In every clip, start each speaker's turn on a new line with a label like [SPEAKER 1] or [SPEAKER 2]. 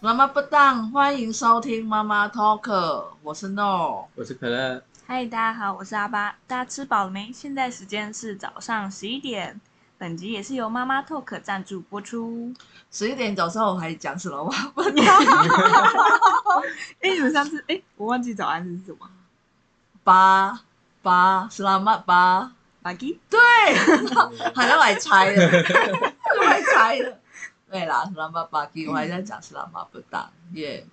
[SPEAKER 1] 妈妈不当，欢迎收听妈妈 Talk，我是 No。
[SPEAKER 2] 我是可乐，
[SPEAKER 3] 嗨，大家好，我是阿巴，大家吃饱了没？现在时间是早上十一点。本集也是由妈妈 Talk 赞助播出。
[SPEAKER 1] 十一点早上我还讲什么？我不
[SPEAKER 3] 哎、你们上次哎、我忘记早安是什么
[SPEAKER 1] 八八是拉曼八，
[SPEAKER 3] ，Buggy
[SPEAKER 1] 对，
[SPEAKER 3] 哦
[SPEAKER 1] 还要来猜的，来猜的。 对啦，是拉曼八给我还在讲是拉曼不当耶。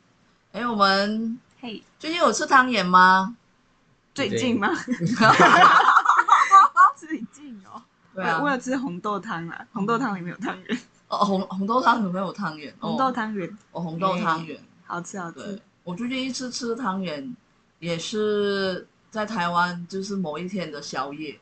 [SPEAKER 1] 哎、我们
[SPEAKER 3] 嘿，
[SPEAKER 1] 最近有吃汤圆吗？
[SPEAKER 3] 最
[SPEAKER 2] 对
[SPEAKER 3] 近吗？最近哦，
[SPEAKER 1] 对啊
[SPEAKER 3] 我我，有吃红豆汤啦，红豆汤里面有汤圆，
[SPEAKER 1] 哦红红豆汤有没有汤圆？
[SPEAKER 3] 红豆，汤圆
[SPEAKER 1] 哦红豆汤圆。
[SPEAKER 3] 好吃好吃
[SPEAKER 1] 对。，我最近一次吃汤圆也是在台湾，就是某一天的宵夜。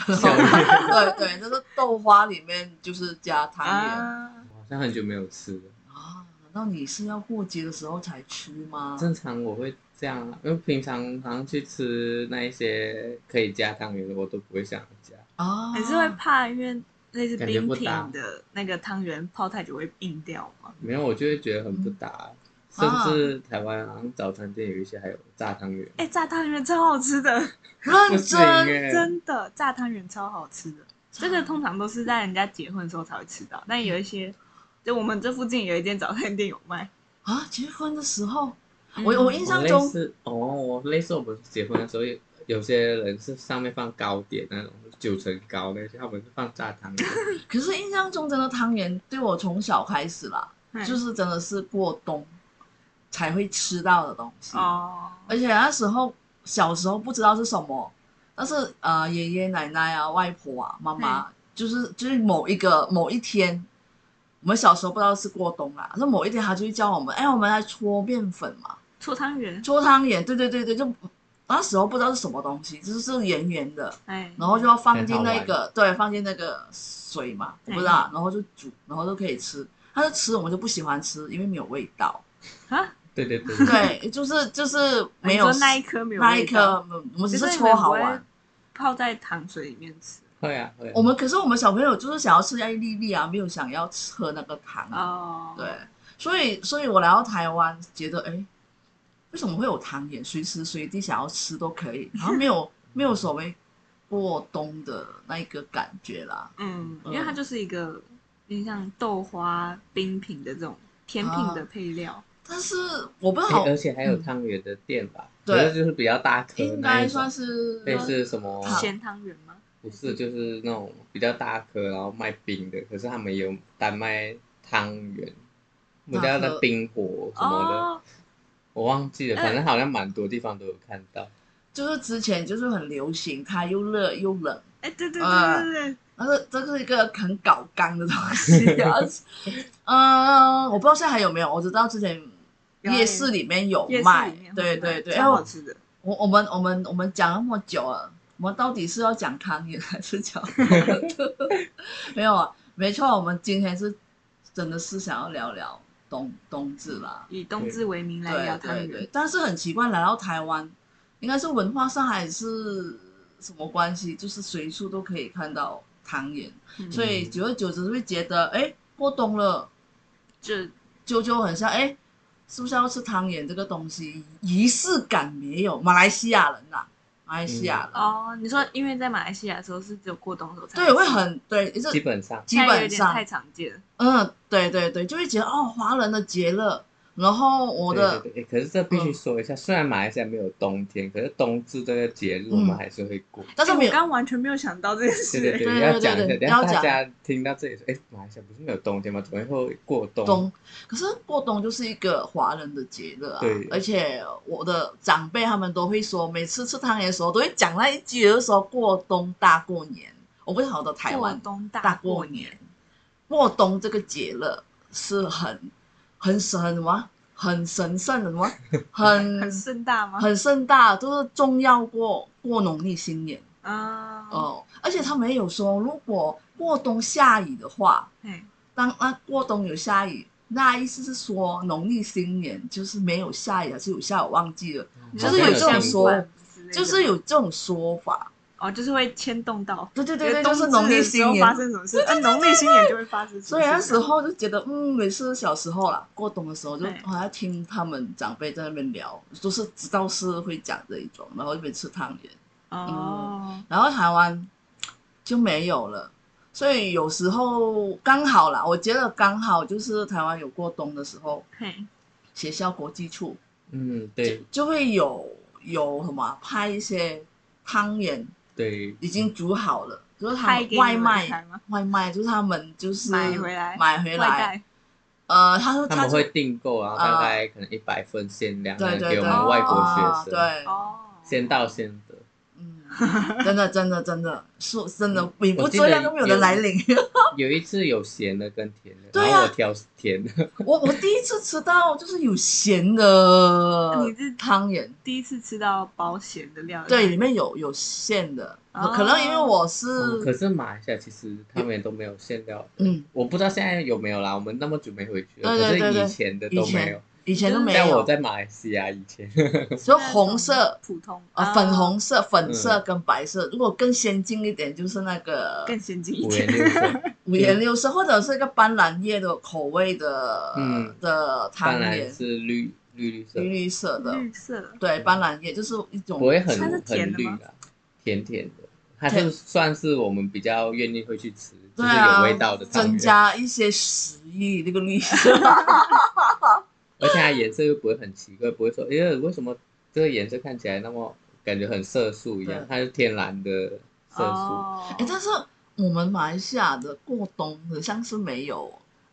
[SPEAKER 2] 宵
[SPEAKER 1] 对对，那个豆花里面就是加汤圆
[SPEAKER 3] 啊，
[SPEAKER 2] 好像很久没有吃了。
[SPEAKER 1] 啊。难道你是要过节的时候才吃吗？
[SPEAKER 2] 正常我会这样啊，因为平常好像去吃那一些可以加汤圆的，我都不会想要加。
[SPEAKER 1] 啊，
[SPEAKER 3] 你是会怕因为那是
[SPEAKER 2] 感觉
[SPEAKER 3] 冰
[SPEAKER 2] 不搭
[SPEAKER 3] 品的那个汤圆泡太久会硬掉吗？
[SPEAKER 2] 没有，我就会觉得很不搭。
[SPEAKER 3] 嗯
[SPEAKER 2] 甚至台湾好像早餐店有一些还有炸汤圆，
[SPEAKER 3] 哎、炸汤圆超好吃的，
[SPEAKER 1] 认
[SPEAKER 2] 不行
[SPEAKER 1] 真
[SPEAKER 2] 哎、
[SPEAKER 3] 真的炸汤圆超好吃的。这个通常都是在人家结婚的时候才会吃到，但有一些，就我们这附近有一间早餐店有卖。
[SPEAKER 1] 啊！结婚的时候，
[SPEAKER 3] 嗯
[SPEAKER 1] 我我印
[SPEAKER 2] 我
[SPEAKER 1] 象
[SPEAKER 2] 类
[SPEAKER 1] 中
[SPEAKER 2] 似哦，我类似我们结婚的时候，有有些人是上面放糕点那种九层糕那些，他们是放炸汤 圆。
[SPEAKER 1] 可是印象中真的汤圆对我从小开始啦，
[SPEAKER 3] 嗯
[SPEAKER 1] 就是真的是过冬才会吃到的东西。
[SPEAKER 3] 哦，
[SPEAKER 1] 而且那时候小时候不知道是什么，但是呃爷爷奶奶啊、外婆啊、妈妈，就是就是某一个某一天，我们小时候不知道是过冬啦，那某一天他就会教我们，哎，我们来搓面粉嘛，
[SPEAKER 3] 搓汤圆，
[SPEAKER 1] 搓汤圆，对对对对，就那时候不知道是什么东西，就是圆圆的，
[SPEAKER 3] 哎，
[SPEAKER 1] 然后就要放进那个对，放进那个水嘛，我不知道，然后就煮，然后就可以吃。他就吃我们就不喜欢吃，因为没有味道。
[SPEAKER 3] 啊，
[SPEAKER 2] 对对对，
[SPEAKER 1] 对，就是就是没有
[SPEAKER 3] 你说那一颗没有
[SPEAKER 1] 那一
[SPEAKER 3] 味道，
[SPEAKER 1] 颗，嗯我们只
[SPEAKER 3] 可
[SPEAKER 1] 是
[SPEAKER 3] 是你
[SPEAKER 1] 搓
[SPEAKER 3] 们
[SPEAKER 1] 好
[SPEAKER 3] 不会
[SPEAKER 1] 玩。
[SPEAKER 3] 泡在糖水里面吃。
[SPEAKER 2] 会啊会啊。
[SPEAKER 1] 我们可是我们小朋友就是想要吃那一粒粒啊，没有想要吃喝那个糖啊。
[SPEAKER 3] 哦，
[SPEAKER 1] 对，，所以所以我来到台湾，觉得哎，为什么会有汤圆？随时随地想要吃都可以，然后没有没有所谓过冬的那一个感觉啦。
[SPEAKER 3] 嗯，因为它就是一个有点像豆花冰品的这种甜品的配料。
[SPEAKER 1] 但是我不知
[SPEAKER 2] 诶
[SPEAKER 1] 道，
[SPEAKER 2] 而且还有
[SPEAKER 1] 嗯
[SPEAKER 2] 汤圆的店吧，
[SPEAKER 1] 对
[SPEAKER 2] 可是就是比较大颗那一种，
[SPEAKER 1] 应该算是
[SPEAKER 2] 类似什么
[SPEAKER 1] 好
[SPEAKER 3] 咸汤圆吗？
[SPEAKER 2] 不是就是那种比较大颗，然后卖冰的，可是他们有单卖汤圆，我们
[SPEAKER 1] 大
[SPEAKER 2] 叫它
[SPEAKER 1] 颗
[SPEAKER 2] 冰火什么的，
[SPEAKER 3] 哦，
[SPEAKER 2] 我忘记
[SPEAKER 1] 呃
[SPEAKER 2] 了，
[SPEAKER 3] 嗯
[SPEAKER 2] 反正好像蛮多地方都有看到。
[SPEAKER 1] 就是之前就是很流行，它又热又冷，
[SPEAKER 3] 哎，对对对
[SPEAKER 1] 啊
[SPEAKER 3] 对对对，
[SPEAKER 1] 但是这是一个很搞纲的东西、啊。 嗯，我不知道现在还有没有，我知道之前
[SPEAKER 3] 有
[SPEAKER 1] 夜市里面有
[SPEAKER 3] 夜市
[SPEAKER 1] 卖
[SPEAKER 3] 里面，会
[SPEAKER 1] 对
[SPEAKER 3] 卖
[SPEAKER 1] 对对。哎
[SPEAKER 3] 超好
[SPEAKER 1] 我
[SPEAKER 3] 吃的。
[SPEAKER 1] 我我们我们我们讲那么久了，我们到底是要讲康源还是讲 没有啊？没错，我们今天是真的是想要聊聊冬冬至啦。
[SPEAKER 3] 以冬至为名来
[SPEAKER 1] 对
[SPEAKER 3] 聊汤
[SPEAKER 1] 对对
[SPEAKER 3] 圆，，
[SPEAKER 1] 但是很奇怪，来到台湾，应该是文化上还是什么关系，就是随处都可以看到汤圆。
[SPEAKER 3] 嗯
[SPEAKER 1] 所以久而久之会觉得，哎，过冬了，
[SPEAKER 3] 就
[SPEAKER 1] 啾啾很像，哎，是不是要吃汤圆这个东西？仪式感没有，马来西亚人啦、马来西亚人，
[SPEAKER 3] 哦，你说因为在马来西亚的时候是只有过冬的时候才
[SPEAKER 1] 对，会
[SPEAKER 3] 吃
[SPEAKER 1] 很对，就
[SPEAKER 2] 基
[SPEAKER 1] 是
[SPEAKER 2] 本上
[SPEAKER 1] 基
[SPEAKER 3] 现在有
[SPEAKER 1] 本
[SPEAKER 3] 点
[SPEAKER 1] 上
[SPEAKER 3] 太，常见了。
[SPEAKER 1] 嗯，对对对，就会觉得哦，华人的节日，然后我的嗯
[SPEAKER 2] 对对对，诶可是这必须说一下，虽然马来西亚没有冬天，可是冬至这个节日我
[SPEAKER 1] 嗯
[SPEAKER 2] 们还是会过。
[SPEAKER 1] 但是
[SPEAKER 3] 哎
[SPEAKER 1] 没
[SPEAKER 3] 我
[SPEAKER 1] 有
[SPEAKER 3] 刚完全没有想到这件
[SPEAKER 2] 对
[SPEAKER 3] 事，
[SPEAKER 2] 对
[SPEAKER 1] 对
[SPEAKER 2] 对，
[SPEAKER 1] 对
[SPEAKER 2] 要
[SPEAKER 1] 对
[SPEAKER 2] 讲一下，
[SPEAKER 1] 对
[SPEAKER 2] 等一下
[SPEAKER 1] 要讲
[SPEAKER 2] 大家听到这里说，哎，马来西亚不是没有冬天吗？怎么会过冬？
[SPEAKER 1] 冬，可是过冬就是一个华人的节日啊
[SPEAKER 2] 对。
[SPEAKER 1] 而且我的长辈他们都会说，每次吃汤圆的时候都会讲那一句，有的时候过冬大过年。我不晓得台
[SPEAKER 3] 过
[SPEAKER 1] 湾
[SPEAKER 3] 冬
[SPEAKER 1] 大
[SPEAKER 3] 大
[SPEAKER 1] 过
[SPEAKER 3] 过
[SPEAKER 1] 年，过冬这个节日是很很神什么，很神圣的什么，很
[SPEAKER 3] 很盛大吗？
[SPEAKER 1] 嗯很盛大，就是重要过过农历新年
[SPEAKER 3] 啊，
[SPEAKER 1] 哦。而且他们也有说，如果过冬下雨的话，
[SPEAKER 3] 嘿，
[SPEAKER 1] 当那过冬有下雨，那意思是说农历新年就是没有下雨还是有下雨，我忘记了，
[SPEAKER 2] 嗯
[SPEAKER 1] 就是有这种说
[SPEAKER 3] 好像有相关之类的
[SPEAKER 1] 就是有这种说法。
[SPEAKER 3] 哦，就是会牵动到。
[SPEAKER 1] 对对对对，
[SPEAKER 3] 冬
[SPEAKER 1] 就是农历
[SPEAKER 3] 至的时
[SPEAKER 1] 新
[SPEAKER 3] 候
[SPEAKER 1] 年
[SPEAKER 3] 发生什么事，啊，农历新年就会发生什么事。
[SPEAKER 1] 所以那时候就觉得，嗯，每次小时候啦，过冬的时候就
[SPEAKER 3] 对
[SPEAKER 1] 好像听他们长辈在那边聊，就是知道是会讲这一种，然后就边吃汤圆，
[SPEAKER 3] 哦，
[SPEAKER 1] 然后台湾就没有了。所以有时候刚好啦，我觉得刚好就是台湾有过冬的时候，
[SPEAKER 3] 嘿，
[SPEAKER 1] 学校国际处
[SPEAKER 2] 嗯，对
[SPEAKER 1] 就会有有什么啊拍一些汤圆，
[SPEAKER 2] 对，
[SPEAKER 1] 已经煮好了，就是他
[SPEAKER 3] 拍
[SPEAKER 1] 们
[SPEAKER 3] 给
[SPEAKER 1] 外
[SPEAKER 3] 你们
[SPEAKER 1] 卖
[SPEAKER 3] 看吗？
[SPEAKER 1] 外卖就是他们就是
[SPEAKER 3] 买回来
[SPEAKER 1] 买回
[SPEAKER 3] 外
[SPEAKER 1] 来，
[SPEAKER 3] 带
[SPEAKER 1] 呃，他说
[SPEAKER 2] 他
[SPEAKER 1] 他
[SPEAKER 2] 们
[SPEAKER 1] 就
[SPEAKER 2] 会订购，然后
[SPEAKER 1] 啊
[SPEAKER 2] 大概可能一百份限量，
[SPEAKER 1] 对对
[SPEAKER 2] 给
[SPEAKER 1] 对，
[SPEAKER 2] 我们外国
[SPEAKER 1] 啊
[SPEAKER 2] 学生，
[SPEAKER 1] 对，
[SPEAKER 3] 哦，
[SPEAKER 2] 先到先得。
[SPEAKER 1] 嗯，真的真的真的，说真的，你不
[SPEAKER 2] 嗯我记
[SPEAKER 1] 这
[SPEAKER 2] 得
[SPEAKER 1] 样都没有人
[SPEAKER 2] 有
[SPEAKER 1] 来领。
[SPEAKER 2] 有一次有咸的跟甜的，
[SPEAKER 1] 对啊
[SPEAKER 2] 然后我挑甜的，
[SPEAKER 1] 我我第一次吃到就是有咸的
[SPEAKER 3] 你是
[SPEAKER 1] 汤圆，
[SPEAKER 3] 第一次吃到保险的料理，
[SPEAKER 1] 对，里面有有馅的，
[SPEAKER 3] 哦
[SPEAKER 1] 可能因为我
[SPEAKER 2] 嗯 可
[SPEAKER 1] 是
[SPEAKER 2] 是马来西亚其实他们也都没有馅料，
[SPEAKER 1] 嗯，
[SPEAKER 2] 我不知道现在有没有啦，我们那么久没回去了，
[SPEAKER 1] 对对对
[SPEAKER 2] 可
[SPEAKER 1] 对
[SPEAKER 2] 是以前的
[SPEAKER 1] 以
[SPEAKER 2] 都没
[SPEAKER 1] 前
[SPEAKER 2] 有，
[SPEAKER 1] 以前都没
[SPEAKER 2] 但我
[SPEAKER 1] 有，
[SPEAKER 2] 在马来西亚以 前，
[SPEAKER 1] 就红色。
[SPEAKER 3] 普通
[SPEAKER 1] 啊，粉红色、粉色
[SPEAKER 2] 嗯
[SPEAKER 1] 跟白色，如果更先进一点，就是那个
[SPEAKER 3] 啊更先进一
[SPEAKER 2] 五
[SPEAKER 3] 点
[SPEAKER 2] 颜，六色，
[SPEAKER 1] 五颜六色，或者是一个斑斓叶的口味的
[SPEAKER 2] 嗯
[SPEAKER 1] 的汤
[SPEAKER 2] 当然
[SPEAKER 1] 圆，
[SPEAKER 2] 是绿绿绿色
[SPEAKER 1] 绿，绿色的，
[SPEAKER 3] 绿色，
[SPEAKER 1] 对，斑斓叶就是一种
[SPEAKER 2] 不会很
[SPEAKER 3] 它是甜
[SPEAKER 2] 很
[SPEAKER 3] 的
[SPEAKER 2] 绿
[SPEAKER 3] 吗
[SPEAKER 2] 啦，甜甜的，它
[SPEAKER 1] 甜
[SPEAKER 2] 就算是我们比较愿意会去吃，就
[SPEAKER 1] 对
[SPEAKER 2] 是
[SPEAKER 1] 啊
[SPEAKER 2] 有味道的汤
[SPEAKER 1] 增
[SPEAKER 2] 圆，
[SPEAKER 1] 加一些食欲，那个绿色。
[SPEAKER 2] 而且它颜色又不会很奇怪，不会说，哎呀，为什么这个颜色看起来那么感觉很色素一样
[SPEAKER 1] 对？
[SPEAKER 2] 它是天然的色素，
[SPEAKER 3] 哦
[SPEAKER 1] 哎，但是我们马来西亚的过冬好像是没有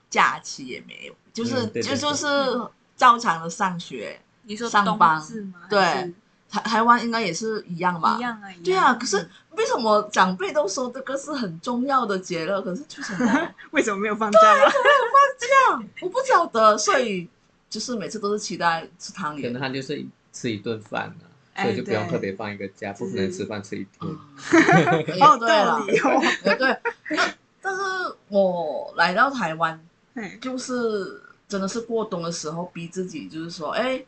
[SPEAKER 1] 假期，也没有，就是、
[SPEAKER 2] 嗯对
[SPEAKER 1] 就
[SPEAKER 2] 对
[SPEAKER 1] 就是
[SPEAKER 3] 对
[SPEAKER 1] 照常的上学。
[SPEAKER 3] 你说
[SPEAKER 1] 上班
[SPEAKER 3] 冬至吗？
[SPEAKER 1] 对
[SPEAKER 3] 还是
[SPEAKER 1] 台台湾应该也是一样吧？
[SPEAKER 3] 一样啊，一样
[SPEAKER 1] 对啊，可是为什么长辈都说这个是很重要的节日，可是就什么
[SPEAKER 3] 为什么没有放假啊？
[SPEAKER 1] 这样，我不晓得，所以就是每次都是期待吃汤
[SPEAKER 2] 可
[SPEAKER 1] 圆
[SPEAKER 2] 能。它就是吃一顿饭啊。
[SPEAKER 3] 哎
[SPEAKER 2] 所以就不用
[SPEAKER 3] 对
[SPEAKER 2] 特别放一个假，不可能吃饭吃一天
[SPEAKER 1] 嗯。，也
[SPEAKER 3] 好有
[SPEAKER 1] 对了
[SPEAKER 3] 道理哦，
[SPEAKER 1] 也对，那但是我来到台湾，
[SPEAKER 3] 嘿
[SPEAKER 1] 就是真的是过冬的时候，逼自己就是说，哎，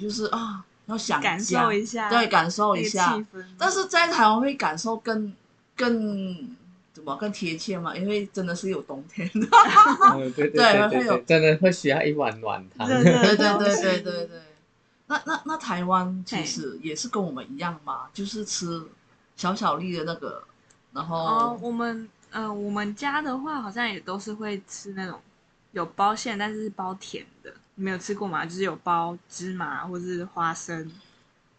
[SPEAKER 1] 就是啊，要想
[SPEAKER 3] 感
[SPEAKER 1] 家
[SPEAKER 3] 受一下，
[SPEAKER 1] 对，感受
[SPEAKER 3] 那
[SPEAKER 1] 一
[SPEAKER 3] 个
[SPEAKER 1] 下
[SPEAKER 3] 气。氛，
[SPEAKER 1] 但是在台湾会感受更更怎么更贴切嘛，因为真的是有冬天。
[SPEAKER 2] 嗯
[SPEAKER 1] 对
[SPEAKER 2] 对对对
[SPEAKER 1] 会
[SPEAKER 2] 对
[SPEAKER 1] 有
[SPEAKER 2] 对，真的会需要一碗暖汤。
[SPEAKER 3] 热热
[SPEAKER 1] 对
[SPEAKER 3] 的
[SPEAKER 1] 对
[SPEAKER 3] 东
[SPEAKER 1] 对
[SPEAKER 3] 西
[SPEAKER 1] 对对对。 那那那台湾其
[SPEAKER 3] 嘿
[SPEAKER 1] 实也是跟我们一样嘛，就是吃小小粒的那个，然
[SPEAKER 3] 哦
[SPEAKER 1] 后，
[SPEAKER 3] 我们呃，我们家的话好像也都是会吃那种有包馅，但是是包甜的。你没有吃过吗？就是有包芝麻或是花生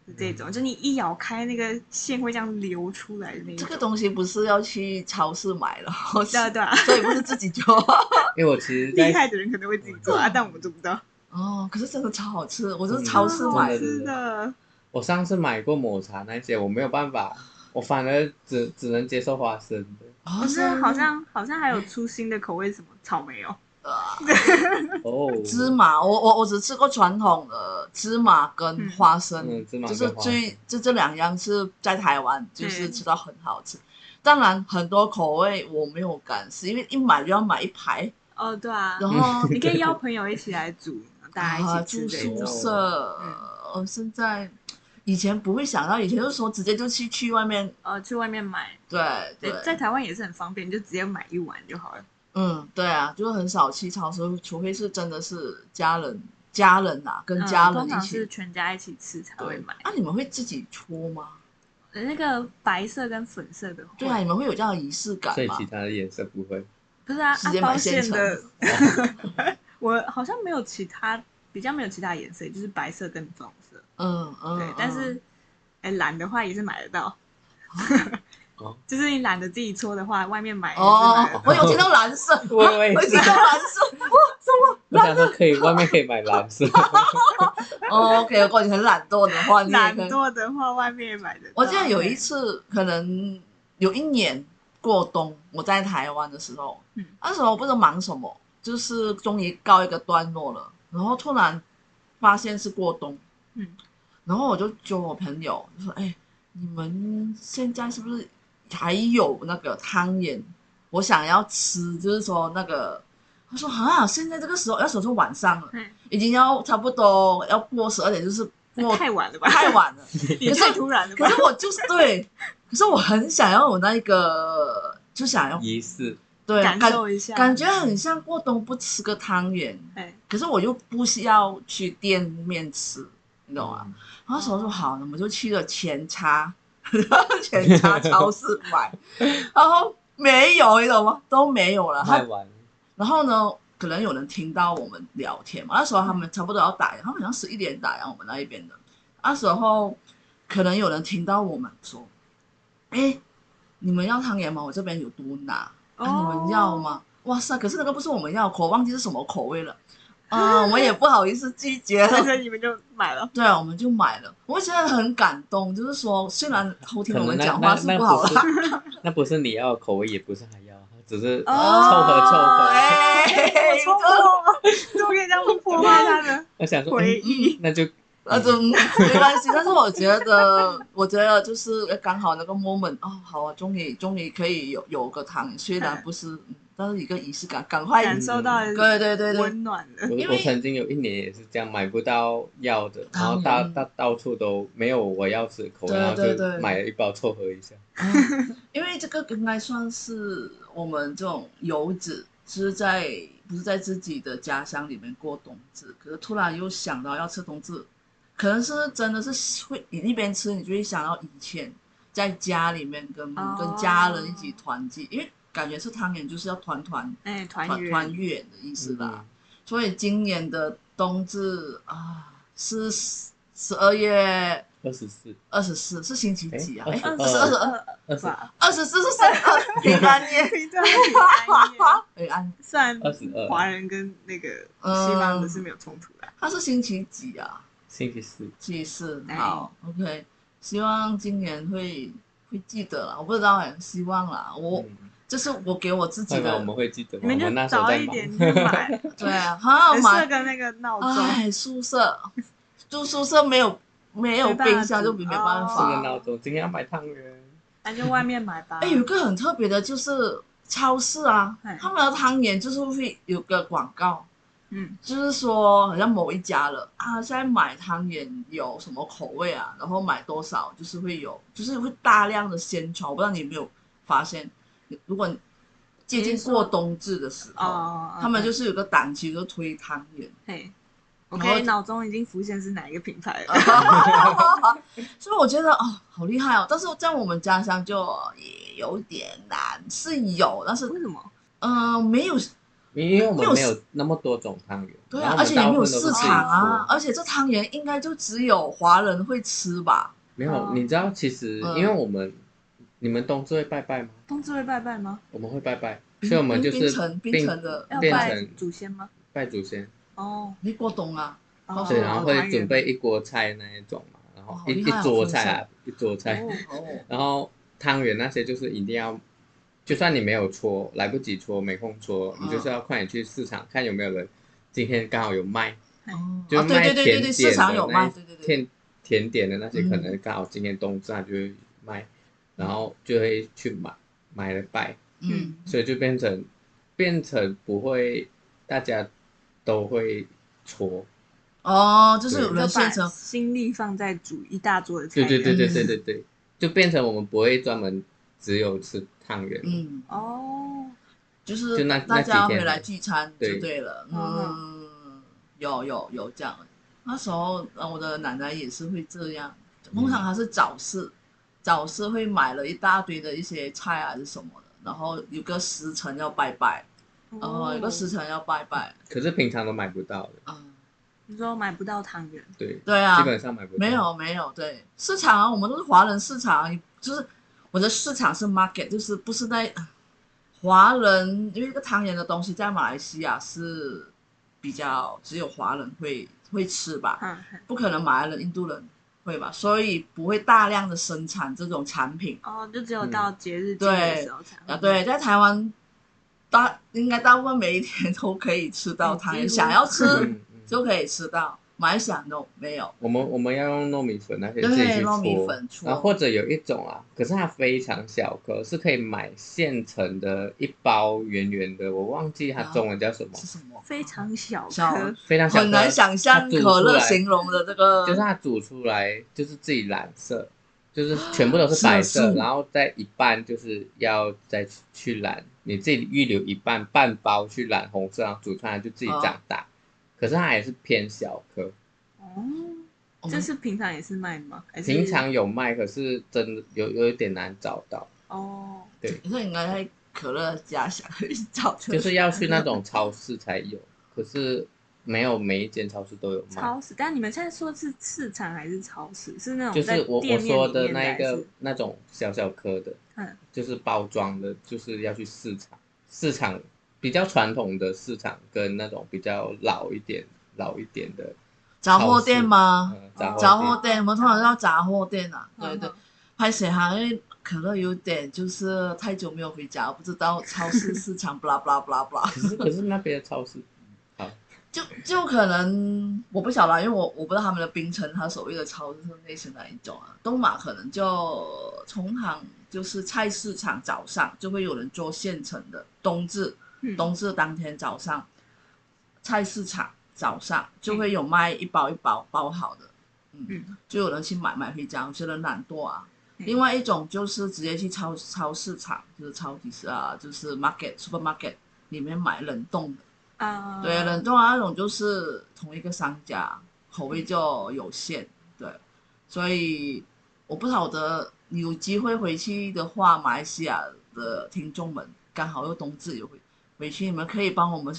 [SPEAKER 3] 的这
[SPEAKER 2] 嗯
[SPEAKER 3] 种，就你一咬开那个馅会这样流出来的那一
[SPEAKER 1] 这个
[SPEAKER 3] 种
[SPEAKER 1] 东西不是要去超市买了，
[SPEAKER 3] 对啊对啊，
[SPEAKER 1] 所以不是自己做。
[SPEAKER 2] 因为我其实在
[SPEAKER 3] 厉害的人可能会自己做啊，但我们做不到。
[SPEAKER 1] 哦，可是真的超好吃，我就是
[SPEAKER 2] 嗯
[SPEAKER 1] 超市
[SPEAKER 3] 超好
[SPEAKER 1] 买的。
[SPEAKER 3] 吃哦的，
[SPEAKER 2] 我上次买过抹茶那些，我没有办法，我反而只只能接受花生的。
[SPEAKER 1] 哦
[SPEAKER 3] 可是好像好像还有出新的口味，什么草莓哦，
[SPEAKER 2] 哦，
[SPEAKER 1] 芝，麻，我我我只吃过传统的芝麻跟
[SPEAKER 3] 嗯
[SPEAKER 1] 花生，
[SPEAKER 2] 嗯芝麻
[SPEAKER 1] 就
[SPEAKER 2] 跟
[SPEAKER 1] 是
[SPEAKER 2] 花
[SPEAKER 1] 最
[SPEAKER 2] 生
[SPEAKER 1] 就这两样是在台湾就是
[SPEAKER 3] 嗯
[SPEAKER 1] 吃到很好吃。当然很多口味我没有敢试，因为一买就要买一排，
[SPEAKER 3] 哦对啊，
[SPEAKER 1] 然后
[SPEAKER 2] 嗯
[SPEAKER 3] 你可以邀朋友一起来煮， 大家
[SPEAKER 1] 啊
[SPEAKER 3] 一起
[SPEAKER 1] 住
[SPEAKER 3] 吃
[SPEAKER 1] 宿
[SPEAKER 3] 这种。嗯
[SPEAKER 1] 舍，呃，现在以前不会想到，以前就说直接就去哦去外面，
[SPEAKER 3] 呃，去外面买
[SPEAKER 1] 对
[SPEAKER 3] 对
[SPEAKER 1] 对，，
[SPEAKER 3] 在台湾也是很方便，你就直接买一碗就好了。
[SPEAKER 1] 嗯，对啊，就是很少去超市，除非是真的是家人家人啊，跟家人
[SPEAKER 3] 嗯、通
[SPEAKER 1] 一
[SPEAKER 3] 常
[SPEAKER 1] 起。
[SPEAKER 3] 是全家一起吃才会
[SPEAKER 1] 对
[SPEAKER 3] 买。
[SPEAKER 1] 啊，你们会自己搓吗？
[SPEAKER 3] 呃那个白色跟粉色的会，
[SPEAKER 1] 对啊，你们会有这样的仪式感
[SPEAKER 2] 所以
[SPEAKER 1] 吗
[SPEAKER 2] 其？他的颜色不会。
[SPEAKER 3] 不是啊，
[SPEAKER 1] 直
[SPEAKER 3] 啊
[SPEAKER 1] 接买
[SPEAKER 3] 包
[SPEAKER 1] 现成
[SPEAKER 3] 馅的， 我好像没有其他，比较没有其他颜色，就是白色跟棕色。
[SPEAKER 1] 嗯嗯，
[SPEAKER 3] 对，
[SPEAKER 1] 嗯
[SPEAKER 3] 但是哎，蓝的话也是买得到。
[SPEAKER 2] 哦
[SPEAKER 3] 就是你懒得自己搓的话，外面买也是买得
[SPEAKER 1] 哦
[SPEAKER 3] 到，
[SPEAKER 1] 我有听到蓝色，
[SPEAKER 2] 我我也
[SPEAKER 1] 我有
[SPEAKER 2] 是
[SPEAKER 1] 听到蓝色。
[SPEAKER 2] 我想说可以，外面可以买蓝 色。
[SPEAKER 1] 哦 OK，如果你很懒惰的话，你也
[SPEAKER 3] 懒
[SPEAKER 1] 可以。
[SPEAKER 3] 惰的话，外面也买得到。
[SPEAKER 1] 我记得有一次，可能有一年过冬，我在台湾的时候，
[SPEAKER 3] 嗯
[SPEAKER 1] 那时候不知道忙什么，就是终于告一个段落了，然后突然发现是过冬，
[SPEAKER 3] 嗯，
[SPEAKER 1] 然后我就揪我朋友就说：“哎，你们现在是不是还有那个汤圆？我想要吃，就是说那个。”他
[SPEAKER 3] 嗯
[SPEAKER 1] 说：“啊，现在这个时候，那时候是晚上了，
[SPEAKER 3] 对，
[SPEAKER 1] 已经要差不多要过十二点，就是我
[SPEAKER 3] 太晚了吧？
[SPEAKER 1] 太，晚 了。
[SPEAKER 3] 也
[SPEAKER 1] 可是
[SPEAKER 3] 太突然了吧
[SPEAKER 1] 可？是我就是对，可是我很想要有那一个，就想要
[SPEAKER 2] 仪式，
[SPEAKER 1] 对
[SPEAKER 3] 感受一下，
[SPEAKER 1] 感觉很像过冬不吃个汤圆，
[SPEAKER 3] 哎，
[SPEAKER 1] 可是我又不需要去店面吃，你懂啊吗？然后手说好，我们就去了全差，全差超市 买，然后没有，你懂吗？都没有了。
[SPEAKER 2] 太
[SPEAKER 1] 他
[SPEAKER 2] 晚了，
[SPEAKER 1] 然后呢，可能有人听到我们聊天嘛，那时候他们差不多要打烊，他们好像十一点打烊，我们那一边的。啊那时候可能有人听到我们说：“哎，你们要汤圆吗？我这边有多拿，
[SPEAKER 2] 哦
[SPEAKER 1] 啊，你
[SPEAKER 3] 哦
[SPEAKER 1] 们要吗？”哇塞，可是那个不是我们要的口，我忘记是什么口味了。啊、我也不好意思拒绝
[SPEAKER 3] 哦？
[SPEAKER 1] 了。
[SPEAKER 3] 所以你们就买了，
[SPEAKER 1] 对啊，我们就买了。我觉得很感动，就是说，虽然偷听
[SPEAKER 2] 可
[SPEAKER 1] 我们
[SPEAKER 2] 能那
[SPEAKER 1] 讲话
[SPEAKER 2] 那
[SPEAKER 1] 是
[SPEAKER 2] 那
[SPEAKER 1] 不好啦，
[SPEAKER 2] 不是那不是你要的口味，也不是他要的，只是凑
[SPEAKER 3] 哦
[SPEAKER 2] 合凑合。
[SPEAKER 1] 哎，
[SPEAKER 3] 我冲破，怎么可以这样破坏他的
[SPEAKER 2] 我想说，
[SPEAKER 3] 回
[SPEAKER 2] 嗯
[SPEAKER 3] 忆？
[SPEAKER 2] 那就
[SPEAKER 1] 那就呃嗯 没关系。但是我觉得， 我觉得就是刚好那个 moment，哦，好啊，终于终于可以有有个糖，虽然不是，嗯但是一个仪式感，赶快，
[SPEAKER 3] 感受到
[SPEAKER 1] 嗯对对对对，
[SPEAKER 3] 温暖了，
[SPEAKER 1] 因
[SPEAKER 2] 我
[SPEAKER 1] 为
[SPEAKER 2] 我曾经有一年也是这样，买不到要的，然后
[SPEAKER 1] 汤圆
[SPEAKER 2] 到到到处都没有我要吃的口味，
[SPEAKER 1] 对
[SPEAKER 2] 然后
[SPEAKER 1] 对
[SPEAKER 2] 就
[SPEAKER 1] 对
[SPEAKER 2] 买了一包凑合一下。
[SPEAKER 1] 嗯因为这个应该算是我们这种游子是在不是在自己的家乡里面过冬至，可是突然又想到要吃冬至，可能是真的是会你一边吃，你就会想到以前在家里面跟、
[SPEAKER 3] 哦
[SPEAKER 1] 跟家人一起团聚，因为感觉吃汤圆就是要团团
[SPEAKER 3] 哎，团
[SPEAKER 1] 团团
[SPEAKER 3] 圆，
[SPEAKER 1] 圆的意思啦。
[SPEAKER 2] 嗯
[SPEAKER 1] 所以今年的冬至啊是十二月
[SPEAKER 2] 二十四、
[SPEAKER 1] 二十四，是星期几啊？
[SPEAKER 2] 诶
[SPEAKER 1] 哎，
[SPEAKER 2] 22
[SPEAKER 1] 是二十二。
[SPEAKER 2] 二十
[SPEAKER 3] 吧，
[SPEAKER 1] 二十四是圣诞平安 夜，
[SPEAKER 3] 平常平 安夜
[SPEAKER 1] 平安，
[SPEAKER 3] 虽然
[SPEAKER 2] 二十二嗯
[SPEAKER 3] 华人跟那个西方的是没有冲突啦，
[SPEAKER 1] 它是星期几啊？
[SPEAKER 2] 星期四，
[SPEAKER 1] 星期四。
[SPEAKER 3] 哎
[SPEAKER 1] 好，OK，希望今年会会记得啦，我不知道哎、希望啦。我、
[SPEAKER 2] 嗯
[SPEAKER 1] 这是我给我自己
[SPEAKER 2] 会吗？我们
[SPEAKER 1] 的，
[SPEAKER 2] 会记得吗？我
[SPEAKER 3] 你们就
[SPEAKER 2] 们那时候
[SPEAKER 3] 早
[SPEAKER 2] 在
[SPEAKER 3] 一
[SPEAKER 2] 忙，
[SPEAKER 3] 点去买，
[SPEAKER 1] 对啊，好
[SPEAKER 3] 很设
[SPEAKER 1] 买，
[SPEAKER 3] 个那个闹钟，
[SPEAKER 1] 哎，宿舍住宿舍没有没有
[SPEAKER 3] 没办法
[SPEAKER 1] 冰箱，就
[SPEAKER 3] 煮
[SPEAKER 1] 没办
[SPEAKER 3] 哦
[SPEAKER 2] 是个
[SPEAKER 1] 法。
[SPEAKER 2] 闹钟，今天要买汤圆，
[SPEAKER 3] 那就外面买吧。
[SPEAKER 1] 哎，有一个很特别的就是超市啊
[SPEAKER 3] 哎，
[SPEAKER 1] 他们的汤圆就是会有个广告。
[SPEAKER 3] 嗯，
[SPEAKER 1] 就是说，好像某一家了啊，现在买汤圆有什么口味啊，然后买多少，就是会有，就是会大量的宣传。我不知道你有没有发现，如果你接近过冬至的时候，
[SPEAKER 3] 哦，
[SPEAKER 1] 他们就是有个档期就推汤 圆，
[SPEAKER 3] 嘿
[SPEAKER 1] 然后
[SPEAKER 3] ，OK，
[SPEAKER 1] 就啊
[SPEAKER 3] 脑中已经浮现是哪一个品牌了。
[SPEAKER 1] 所以我觉得哦，好厉害哦。但是在我们家乡就也有点难，是有，但是
[SPEAKER 3] 哎为什么？
[SPEAKER 1] 嗯、呃没有
[SPEAKER 2] 因为我
[SPEAKER 1] 没
[SPEAKER 2] 们
[SPEAKER 1] 有
[SPEAKER 2] 没有那么多种汤圆，
[SPEAKER 1] 对
[SPEAKER 2] 然
[SPEAKER 1] 啊，
[SPEAKER 2] 后
[SPEAKER 1] 而
[SPEAKER 2] 我
[SPEAKER 1] 且也
[SPEAKER 2] 们大
[SPEAKER 1] 没
[SPEAKER 2] 部
[SPEAKER 1] 有
[SPEAKER 2] 分都是
[SPEAKER 1] 市
[SPEAKER 2] 自己
[SPEAKER 1] 场啊，
[SPEAKER 2] 做
[SPEAKER 1] 而且这汤圆应该就只有华人会吃吧。
[SPEAKER 2] 没有，你知道其实
[SPEAKER 1] 嗯
[SPEAKER 2] 因为我们你们冬至会拜拜吗？
[SPEAKER 3] 冬至会拜拜吗？
[SPEAKER 2] 我们会拜拜，
[SPEAKER 1] 冰
[SPEAKER 2] 所以我们就
[SPEAKER 1] 嗯冰
[SPEAKER 2] 是
[SPEAKER 1] 城冰
[SPEAKER 2] 并
[SPEAKER 1] 城的
[SPEAKER 3] 要
[SPEAKER 2] 变
[SPEAKER 3] 拜
[SPEAKER 2] 成
[SPEAKER 3] 祖先吗？
[SPEAKER 2] 拜祖先，
[SPEAKER 3] 哦，
[SPEAKER 1] 你过冬啊？
[SPEAKER 3] 哦
[SPEAKER 2] 对，然后会准。
[SPEAKER 3] 团圆
[SPEAKER 2] 备一锅菜那一种嘛，然后
[SPEAKER 1] 哦
[SPEAKER 2] 一
[SPEAKER 1] 厉
[SPEAKER 2] 一
[SPEAKER 1] 害哦
[SPEAKER 2] 桌
[SPEAKER 1] 分
[SPEAKER 2] 菜啊，一桌菜，
[SPEAKER 3] 哦
[SPEAKER 1] 哦，
[SPEAKER 2] 然后汤圆那些就是一定要，就算你没有搓，来不及搓，没空搓，
[SPEAKER 1] 嗯
[SPEAKER 2] 你就是要快点去市场看有没有人今天刚好有卖，就
[SPEAKER 1] 啊，
[SPEAKER 2] 是
[SPEAKER 1] 对对对
[SPEAKER 2] 卖
[SPEAKER 1] 对
[SPEAKER 2] 甜
[SPEAKER 1] 对，
[SPEAKER 2] 点
[SPEAKER 1] 市场
[SPEAKER 2] 的
[SPEAKER 1] 有卖，
[SPEAKER 2] 那
[SPEAKER 1] 对对对，
[SPEAKER 2] 甜甜点的那些
[SPEAKER 1] 嗯
[SPEAKER 2] 可能刚好今天冬至啊就会卖，然后就会去买买了拜，
[SPEAKER 1] 嗯，
[SPEAKER 2] 所以就变成变成不会大家都会搓，
[SPEAKER 1] 哦，就是有
[SPEAKER 2] 对
[SPEAKER 1] 人
[SPEAKER 3] 就
[SPEAKER 1] 现
[SPEAKER 3] 把
[SPEAKER 1] 成，
[SPEAKER 3] 心力放在煮一大桌的菜。
[SPEAKER 2] 对对对对对对对，就变成我们不会专门只有吃汤圆，
[SPEAKER 1] 嗯，
[SPEAKER 3] 哦，
[SPEAKER 1] 就是
[SPEAKER 2] 就那
[SPEAKER 1] 大家
[SPEAKER 2] 那几天
[SPEAKER 1] 回来聚餐就
[SPEAKER 2] 对
[SPEAKER 1] 对了，
[SPEAKER 3] 嗯
[SPEAKER 1] 嗯，有有有这样，那时候呃我的奶奶也是会这样，
[SPEAKER 2] 嗯
[SPEAKER 1] 通常她是早市，早市会买了一大堆的一些菜啊还是什么的，然后有个时辰要拜拜，哦，有个时辰要拜拜，
[SPEAKER 2] 可是平常都买不到的，
[SPEAKER 1] 嗯，
[SPEAKER 3] 你说买不到汤圆，
[SPEAKER 2] 对。
[SPEAKER 1] 对啊，
[SPEAKER 2] 基本上买不到。
[SPEAKER 1] 没有没有，对市场啊，我们都是华人市场啊，你就是我的市场是 market，就是不是在华人，因为一个汤圆的东西在马来西亚是比较只有华人会会吃吧，
[SPEAKER 3] 嗯，
[SPEAKER 1] 不可能马来人、印度人会吧，所以不会大量的生产这种产品
[SPEAKER 3] 哦，就只有
[SPEAKER 2] 嗯
[SPEAKER 3] 到节日季的时候才
[SPEAKER 1] 啊。对，在台湾大应该大部分每一天都可以吃到
[SPEAKER 3] 嗯
[SPEAKER 1] 汤
[SPEAKER 3] 几
[SPEAKER 1] 圆，
[SPEAKER 3] 乎
[SPEAKER 1] 想要吃
[SPEAKER 2] 嗯，嗯
[SPEAKER 1] 就可以吃到。马来西亚 no 没有，
[SPEAKER 2] 我们我们要用糯米粉那些
[SPEAKER 1] 对
[SPEAKER 2] 自己去
[SPEAKER 1] 糯米
[SPEAKER 2] 搓
[SPEAKER 1] 粉搓
[SPEAKER 2] 然后或者有一种啊，可是它非常小颗，是可以买现成的一包圆圆的，我忘记它
[SPEAKER 1] 啊
[SPEAKER 2] 中文叫什么，
[SPEAKER 1] 是什么？
[SPEAKER 3] 非常小
[SPEAKER 1] 小
[SPEAKER 3] 颗，
[SPEAKER 2] 非常小颗，
[SPEAKER 1] 很难想象
[SPEAKER 2] 它煮
[SPEAKER 1] 可
[SPEAKER 2] 出
[SPEAKER 1] 乐
[SPEAKER 2] 来
[SPEAKER 1] 形容的这个，
[SPEAKER 2] 就是它煮出来就是自己染色，就是 全部都是白
[SPEAKER 1] 色
[SPEAKER 2] 色，
[SPEAKER 1] 素
[SPEAKER 2] 然后再一半就是要再去去染，你自己预留一半半包去染红色，然后煮出来就自己长大。
[SPEAKER 1] 哦
[SPEAKER 2] 可是它还是偏小颗，
[SPEAKER 3] 哦，
[SPEAKER 1] 我们
[SPEAKER 3] 这是平常也是卖吗？还是
[SPEAKER 2] 平常有卖，可是真的有有一点难找到，
[SPEAKER 3] 哦，
[SPEAKER 1] 所以应该在可乐家乡找这个，
[SPEAKER 2] 嗯就是
[SPEAKER 3] 啊
[SPEAKER 2] 要去那种超市才有，可是没有每一间超市都有卖。
[SPEAKER 3] 超市。但你们现在说是市场还是超市？是那种
[SPEAKER 2] 就是
[SPEAKER 3] 在
[SPEAKER 2] 我我
[SPEAKER 3] 店面
[SPEAKER 2] 说
[SPEAKER 3] 里
[SPEAKER 2] 的
[SPEAKER 3] 面
[SPEAKER 2] 那一
[SPEAKER 3] 还
[SPEAKER 2] 个
[SPEAKER 3] 是
[SPEAKER 2] 那种小小颗的，
[SPEAKER 3] 嗯，
[SPEAKER 2] 就是包装的，就是要去市场，市场比较传统的市场跟那种比较老一点、老一点的
[SPEAKER 1] 杂货店吗？
[SPEAKER 2] 呃杂
[SPEAKER 3] 哦
[SPEAKER 1] 杂
[SPEAKER 2] 货
[SPEAKER 1] 货
[SPEAKER 2] 店，
[SPEAKER 1] 店，我们通常叫杂货店啊。对
[SPEAKER 3] 嗯
[SPEAKER 1] 对，拍写哈，因为可乐有点就是太久没有回家，不知道超市市场，blah blah blah blah，
[SPEAKER 2] 可是可是那边的超市，好，
[SPEAKER 1] 就就可能我不晓得啊，因为我我不知道他们的冰城，它所谓的超市是类型哪一种啊。东马可能就同行就是菜市场早上就会有人做现成的，冬至
[SPEAKER 3] 嗯
[SPEAKER 1] 冬至当天早上，菜市场早上就会有卖一包一包包好的，
[SPEAKER 3] 嗯
[SPEAKER 1] 就有人去买买回家，有些人懒惰啊。
[SPEAKER 3] 嗯
[SPEAKER 1] 另外一种就是直接去超超市场，就是超级市啊，就是 market supermarket 里面买冷冻的。
[SPEAKER 3] 啊，
[SPEAKER 1] 对，冷冻啊那种就是同一个商家，口味就有限。对，所以我不晓得你有机会回去的话，马来西亚的听众们刚好又冬至有回回去，你们可以帮我们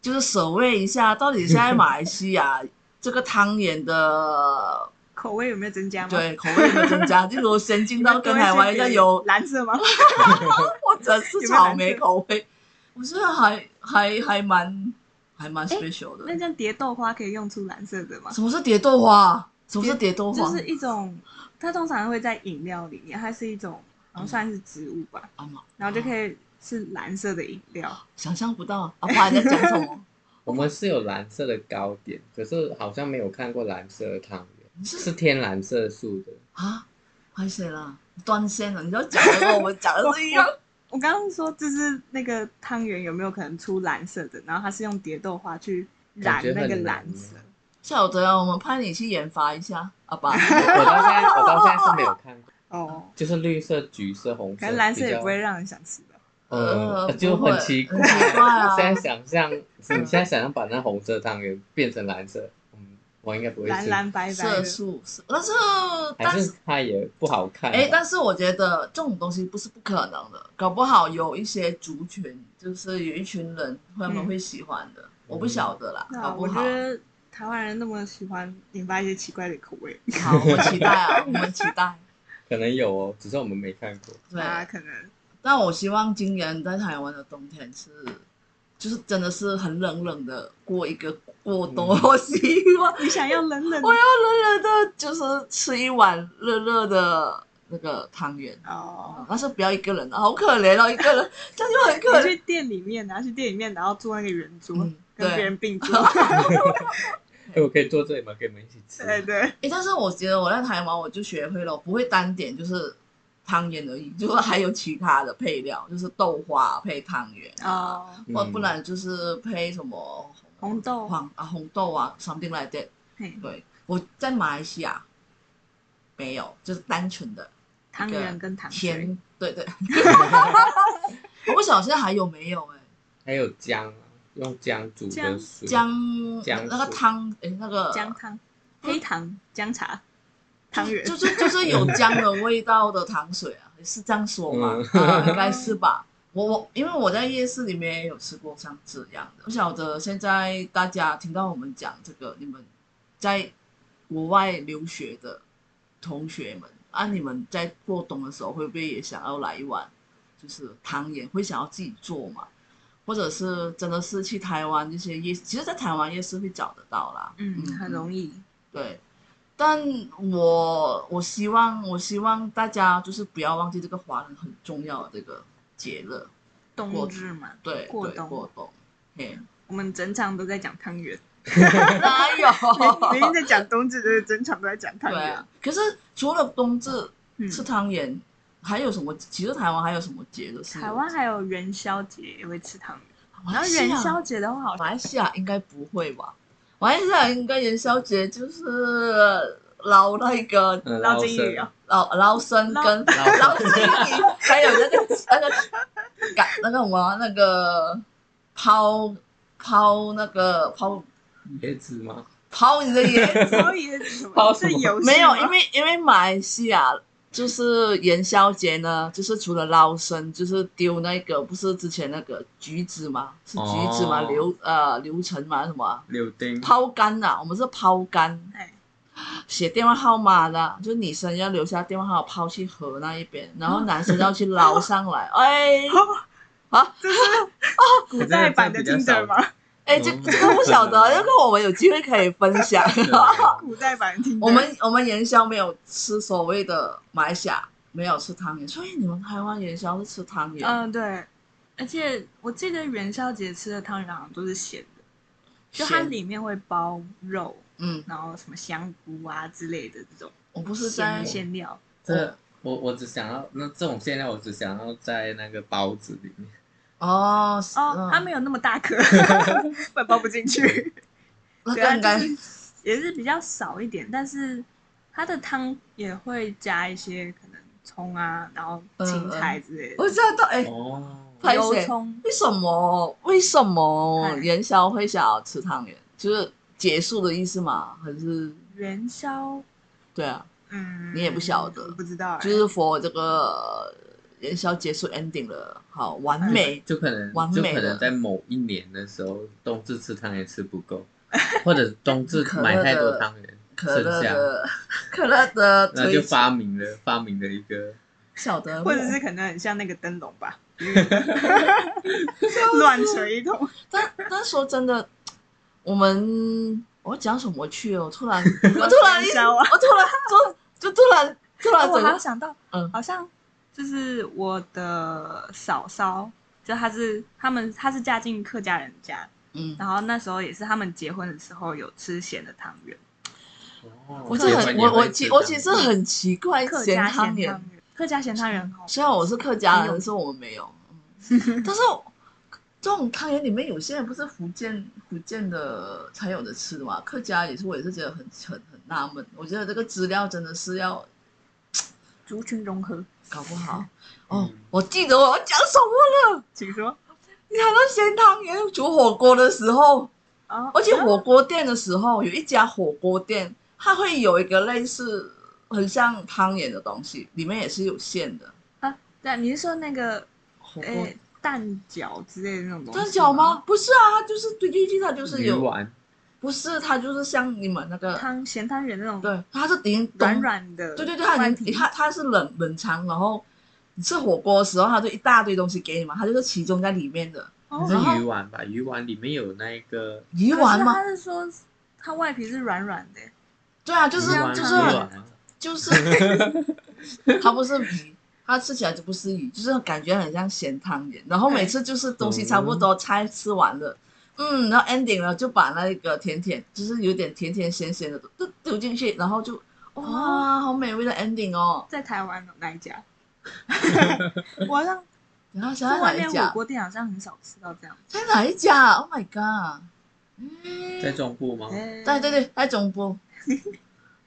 [SPEAKER 1] 就是守卫一下，到底现在马来西亚这个汤圆的
[SPEAKER 3] 口味有没有增加吗？
[SPEAKER 1] 对，口味有没有增加？例如先进
[SPEAKER 3] 你
[SPEAKER 1] 到
[SPEAKER 3] 们
[SPEAKER 1] 跟
[SPEAKER 3] 各位
[SPEAKER 1] 台湾一
[SPEAKER 3] 是
[SPEAKER 1] 样
[SPEAKER 3] 给
[SPEAKER 1] 有
[SPEAKER 3] 蓝色吗？
[SPEAKER 1] 或者是
[SPEAKER 3] 有没有
[SPEAKER 1] 草
[SPEAKER 3] 蓝
[SPEAKER 1] 莓
[SPEAKER 3] 色
[SPEAKER 1] 口味，我觉得还还还蛮还蛮 special
[SPEAKER 3] 那
[SPEAKER 1] 的。
[SPEAKER 3] 这样蝶豆花可以用出蓝色的吗？
[SPEAKER 1] 什么是蝶豆花？什么是蝶豆
[SPEAKER 3] 就
[SPEAKER 1] 花？
[SPEAKER 3] 是一种，它通常会在饮料里面，它是一种好像算是植物吧，
[SPEAKER 1] 啊嘛，
[SPEAKER 3] 然后就可以是蓝色的饮料。
[SPEAKER 1] 想象不到啊阿爸你在讲什 么？
[SPEAKER 2] 我们是有蓝色的糕点，可是好像没有看过蓝色的汤圆，是天蓝色素的，
[SPEAKER 1] 啊，拍谁啦？断线了，你都讲的跟我们讲的是一 样。
[SPEAKER 3] 我刚刚说就是那个汤圆有没有可能出蓝色的，然后它是用蝶豆花去染
[SPEAKER 2] 感觉
[SPEAKER 3] 那个
[SPEAKER 2] 很难
[SPEAKER 3] 蓝
[SPEAKER 2] 耶
[SPEAKER 3] 色。
[SPEAKER 1] 晓得啊，我们派你去研发一下，阿爸。
[SPEAKER 2] 我 我到现在我到现在是没有看过，
[SPEAKER 3] 哦，
[SPEAKER 2] 就是绿色、橘色、红
[SPEAKER 3] 可
[SPEAKER 2] 色，
[SPEAKER 3] 能蓝色
[SPEAKER 2] 比
[SPEAKER 3] 也
[SPEAKER 2] 较
[SPEAKER 3] 不会让人想吃吧。
[SPEAKER 1] 呃
[SPEAKER 2] 呃，
[SPEAKER 1] 不
[SPEAKER 2] 就
[SPEAKER 1] 会
[SPEAKER 2] 很奇
[SPEAKER 1] 很奇怪啊
[SPEAKER 2] 现在想象，你现在想象把那红色汤圆变成蓝色，嗯，我应该不会吃。
[SPEAKER 3] 蓝蓝白白
[SPEAKER 1] 色
[SPEAKER 3] 的，
[SPEAKER 1] 素，色但是但
[SPEAKER 2] 还
[SPEAKER 1] 是
[SPEAKER 2] 是它也不好看哦吧。
[SPEAKER 1] 哎，但是我觉得这种东西不是不可能的，搞不好有一些族群，就是有一群人他们
[SPEAKER 3] 嗯
[SPEAKER 1] 会喜欢的，我不晓得啦，
[SPEAKER 3] 那
[SPEAKER 1] 搞不
[SPEAKER 3] 啊我
[SPEAKER 1] 好
[SPEAKER 3] 觉。得台湾人那么喜欢引发一些奇怪的口味，
[SPEAKER 1] 好，我们期待啊，我们期 待。
[SPEAKER 2] 可能有哦，只是我们没看过。
[SPEAKER 1] 对，
[SPEAKER 3] 啊，可能
[SPEAKER 1] 但我希望今年在台湾的冬天是，就是真的是很冷冷的过一个过冬。
[SPEAKER 2] 嗯
[SPEAKER 1] 我希望
[SPEAKER 3] 你想要冷冷的
[SPEAKER 1] 我要冷冷的，就是吃一碗热热的那个汤圆。
[SPEAKER 3] 哦。
[SPEAKER 1] 但是不要一个人啊，好可怜哦，一个人 这样就很可
[SPEAKER 3] 你
[SPEAKER 1] 怜。
[SPEAKER 3] 去店里面，然后去店里面，然后坐那个圆桌，
[SPEAKER 1] 嗯
[SPEAKER 3] 跟
[SPEAKER 1] 对
[SPEAKER 3] 别人并桌。
[SPEAKER 2] 哎，我可以坐这里吗？跟你们一起吃。
[SPEAKER 3] 对对，
[SPEAKER 1] 诶，但是我觉得我在台湾我就学会了，我不会单点就是汤圆而已，就是还有其他的配料，就是豆花配汤圆啊，
[SPEAKER 3] 哦，
[SPEAKER 1] 或
[SPEAKER 2] 嗯
[SPEAKER 1] 不然就是配什么
[SPEAKER 3] 红豆
[SPEAKER 1] 黄啊红豆啊，something like that。
[SPEAKER 3] 嘿
[SPEAKER 1] 对，我在马来西亚没有，就是单纯的
[SPEAKER 3] 汤圆跟糖水，
[SPEAKER 1] 甜，对对。 我不晓得现在还有没有哎、
[SPEAKER 2] 还有姜啊，用姜煮的
[SPEAKER 3] 姜
[SPEAKER 2] 水。
[SPEAKER 1] 姜
[SPEAKER 2] 姜
[SPEAKER 1] 那个
[SPEAKER 2] 水
[SPEAKER 1] 汤哎、那个
[SPEAKER 3] 姜汤、黑糖、姜茶、汤圆
[SPEAKER 1] 就。是就是有姜的味道的糖水啊，是这样说吗？啊，应该是吧。我我因为我在夜市里面也有吃过像这样的，不晓得现在大家听到我们讲这个，你们在国外留学的同学们啊，你们在过冬的时候会不会也想要来一碗，就是汤圆，会想要自己做嘛？或者是真的是去台湾这些夜，其实，在台湾夜市会找得到啦，
[SPEAKER 3] 嗯，很容易。
[SPEAKER 1] 对，但我我希望我希望大家就是不要忘记这个华人很重要的这个节日，
[SPEAKER 3] 冬至嘛，
[SPEAKER 1] 对
[SPEAKER 3] 过
[SPEAKER 1] 对
[SPEAKER 3] 冬
[SPEAKER 1] 过冬，嘿，
[SPEAKER 3] 我们整场都在讲汤圆。
[SPEAKER 1] 哪
[SPEAKER 3] 你
[SPEAKER 1] 有？
[SPEAKER 3] 你在讲冬至，就是整场都在讲汤
[SPEAKER 1] 哦对
[SPEAKER 3] 圆
[SPEAKER 1] 啊。，可是除了冬至
[SPEAKER 3] 嗯
[SPEAKER 1] 吃汤圆，还有什么？其实台湾还有什么节的是？
[SPEAKER 3] 台湾还有元宵节也会吃汤圆，
[SPEAKER 1] 马来
[SPEAKER 3] 然后
[SPEAKER 1] 西亚，
[SPEAKER 3] 元宵节的话，好像
[SPEAKER 1] 马来西亚应该不会吧？马来西亚应该元宵节就是捞那个
[SPEAKER 2] 嗯
[SPEAKER 3] 捞
[SPEAKER 2] 捞
[SPEAKER 3] 金鱼
[SPEAKER 2] 生
[SPEAKER 3] 啊，
[SPEAKER 1] 捞捞生
[SPEAKER 3] 捞
[SPEAKER 1] 跟
[SPEAKER 2] 捞
[SPEAKER 1] 捞金鱼，还有那个 那个赶那个什么那个抛抛那个抛
[SPEAKER 2] 椰子吗？
[SPEAKER 1] 抛你的椰子。
[SPEAKER 3] 所以是什么
[SPEAKER 2] 抛
[SPEAKER 3] 是
[SPEAKER 2] 什么
[SPEAKER 3] 游戏
[SPEAKER 1] 没有，
[SPEAKER 3] 吗
[SPEAKER 1] 因为因为马来西亚就是元宵节呢，就是除了捞生，就是丢那个不是之前那个橘子吗？是橘子吗？
[SPEAKER 2] 哦
[SPEAKER 1] 流呃流程吗？什么啊？
[SPEAKER 2] 柳丁，
[SPEAKER 1] 抛竿啊呐、我们是抛竿，
[SPEAKER 3] 哎
[SPEAKER 1] 写电话号码的，就女生要留下电话号码抛去河那一边，然后男生要去捞上 来。哎
[SPEAKER 3] 哦古代版的
[SPEAKER 2] 可是这样
[SPEAKER 3] Tinder
[SPEAKER 2] 比较
[SPEAKER 3] 吗？
[SPEAKER 1] 哎，这这个不晓得，这个我们有机会可以分享。
[SPEAKER 2] 啊
[SPEAKER 3] 古代版的 Tinder，
[SPEAKER 1] 我们我们元宵没有吃所谓的马来西亚没有吃汤圆，所以你们台湾元宵是吃汤圆。
[SPEAKER 3] 嗯对，而且我记得元宵节吃的汤圆好像都是咸的，就它
[SPEAKER 1] 咸
[SPEAKER 3] 里面会包肉，
[SPEAKER 1] 嗯，
[SPEAKER 3] 然后什么香菇啊之类的这种
[SPEAKER 1] 我不是
[SPEAKER 3] 咸
[SPEAKER 1] 在
[SPEAKER 3] 的馅料。
[SPEAKER 1] 哦
[SPEAKER 2] 这我我只想要那这种馅料，我只想要在那个包子里面。
[SPEAKER 1] 哦是
[SPEAKER 3] 哦，它没有那么大 颗，不然包不进 去，
[SPEAKER 1] 那
[SPEAKER 3] 对啊
[SPEAKER 1] 个应该
[SPEAKER 3] 就是也是比较少一点，但是它的汤也会加一些可能葱啊，然后青菜之类的，
[SPEAKER 1] 我知道哎，
[SPEAKER 2] 哦，
[SPEAKER 1] 拍
[SPEAKER 3] 油
[SPEAKER 1] 谁
[SPEAKER 3] 葱。
[SPEAKER 1] 为什么为什么
[SPEAKER 3] 哎
[SPEAKER 1] 元宵会想要吃汤圆？就是结束的意思吗？还是
[SPEAKER 3] 元宵，
[SPEAKER 1] 对啊，
[SPEAKER 3] 嗯，
[SPEAKER 1] 你也不晓得
[SPEAKER 3] 不知道欸，
[SPEAKER 1] 就是佛这个元宵结束 ending 了，好完
[SPEAKER 3] 哎
[SPEAKER 1] 美。
[SPEAKER 2] 就可能
[SPEAKER 1] 完美
[SPEAKER 2] 就
[SPEAKER 1] 的
[SPEAKER 2] 可能在某一年的时候，冬至吃汤圆吃不够，或者冬 至
[SPEAKER 1] 可乐的
[SPEAKER 2] 买太多汤圆，
[SPEAKER 1] 可乐
[SPEAKER 2] 剩下
[SPEAKER 1] 的 可乐 的
[SPEAKER 2] 然后就
[SPEAKER 1] 推
[SPEAKER 2] 发明了发明了一个
[SPEAKER 1] 晓得
[SPEAKER 3] 或者是可能很像那个灯笼 吧，乱锤一通。
[SPEAKER 1] 但但说真的，我们我讲什么去哦？我 突然我突然一
[SPEAKER 3] 元宵啊
[SPEAKER 1] 我突然就就突然突然
[SPEAKER 3] 哎我
[SPEAKER 1] 整
[SPEAKER 3] 好像
[SPEAKER 1] 个
[SPEAKER 3] 想到，
[SPEAKER 1] 嗯
[SPEAKER 3] 好像就是我的嫂嫂，就她是他们，她是嫁进客家人家，
[SPEAKER 1] 嗯，
[SPEAKER 3] 然后那时候也是他们结婚的时候有吃咸的汤圆，
[SPEAKER 2] 哦
[SPEAKER 1] 我是很我我其我其实很奇怪
[SPEAKER 3] 客
[SPEAKER 1] 哎咸
[SPEAKER 3] 家咸汤
[SPEAKER 1] 汤圆嗯
[SPEAKER 3] 圆，，客家咸汤圆很好吃。
[SPEAKER 1] 虽然我是客家
[SPEAKER 3] 很有
[SPEAKER 1] 人，是我们没有，嗯但是这种汤圆里面有些人不是福建福建的才有的吃的嘛，客家也是我也是觉得很很很纳闷，我觉得这个资料真的是要
[SPEAKER 3] 族群融合，
[SPEAKER 1] 搞不好。哦
[SPEAKER 2] 嗯，
[SPEAKER 1] 我记得我要讲什么了，
[SPEAKER 3] 请说。
[SPEAKER 1] 你讲到咸汤圆煮火锅的时候，
[SPEAKER 3] 啊
[SPEAKER 1] 而且火锅店的时候有一家火锅店，它会有一个类似很像汤圆的东西，里面也是有馅的
[SPEAKER 3] 啊，对啊，你是说那个
[SPEAKER 1] 火锅。
[SPEAKER 3] 诶蛋饺之类的那种东西？
[SPEAKER 1] 真脚吗？？不是啊，它就是对对对，它就是
[SPEAKER 2] 鱼
[SPEAKER 1] 有
[SPEAKER 2] 丸
[SPEAKER 1] 不是，它就是像你们那个，
[SPEAKER 3] 汤咸汤圆那种，，
[SPEAKER 1] 对，它是顶
[SPEAKER 3] 软，软的，
[SPEAKER 1] 对对对，它
[SPEAKER 3] 外
[SPEAKER 1] 已
[SPEAKER 3] 皮
[SPEAKER 1] 经它它是冷冷藏，然后你吃火锅的时候，它就一大堆东西给你嘛，它就是其中在里面的
[SPEAKER 3] 哦
[SPEAKER 1] 然后
[SPEAKER 2] 是鱼丸吧？鱼丸里面有那个
[SPEAKER 1] 鱼丸
[SPEAKER 3] 可
[SPEAKER 1] 吗？
[SPEAKER 3] 是他是说它外皮是软软的，
[SPEAKER 1] 对啊，就是
[SPEAKER 2] 鱼丸
[SPEAKER 1] 就
[SPEAKER 2] 鱼
[SPEAKER 1] 是很
[SPEAKER 2] 丸吗
[SPEAKER 1] 就是它不是 鱼。它吃起来就不是鱼，就是感觉很像咸汤圆。然后每次就是东西差不多，菜吃完了，嗯，然后 ending 了就把那个甜甜，就是有点甜甜咸咸的都丢进去，然后就哇，好美味的 ending 哦。
[SPEAKER 3] 在台湾的哪 一家？我好像
[SPEAKER 1] 然后想在
[SPEAKER 3] 在
[SPEAKER 1] 哪
[SPEAKER 3] 外
[SPEAKER 1] 一
[SPEAKER 3] 面
[SPEAKER 1] 家
[SPEAKER 3] 火？锅店好像很少吃到这样。
[SPEAKER 1] 在哪一家？Oh my god！嗯，
[SPEAKER 2] 在中部吗？
[SPEAKER 3] 对
[SPEAKER 1] 对对，对，在中部。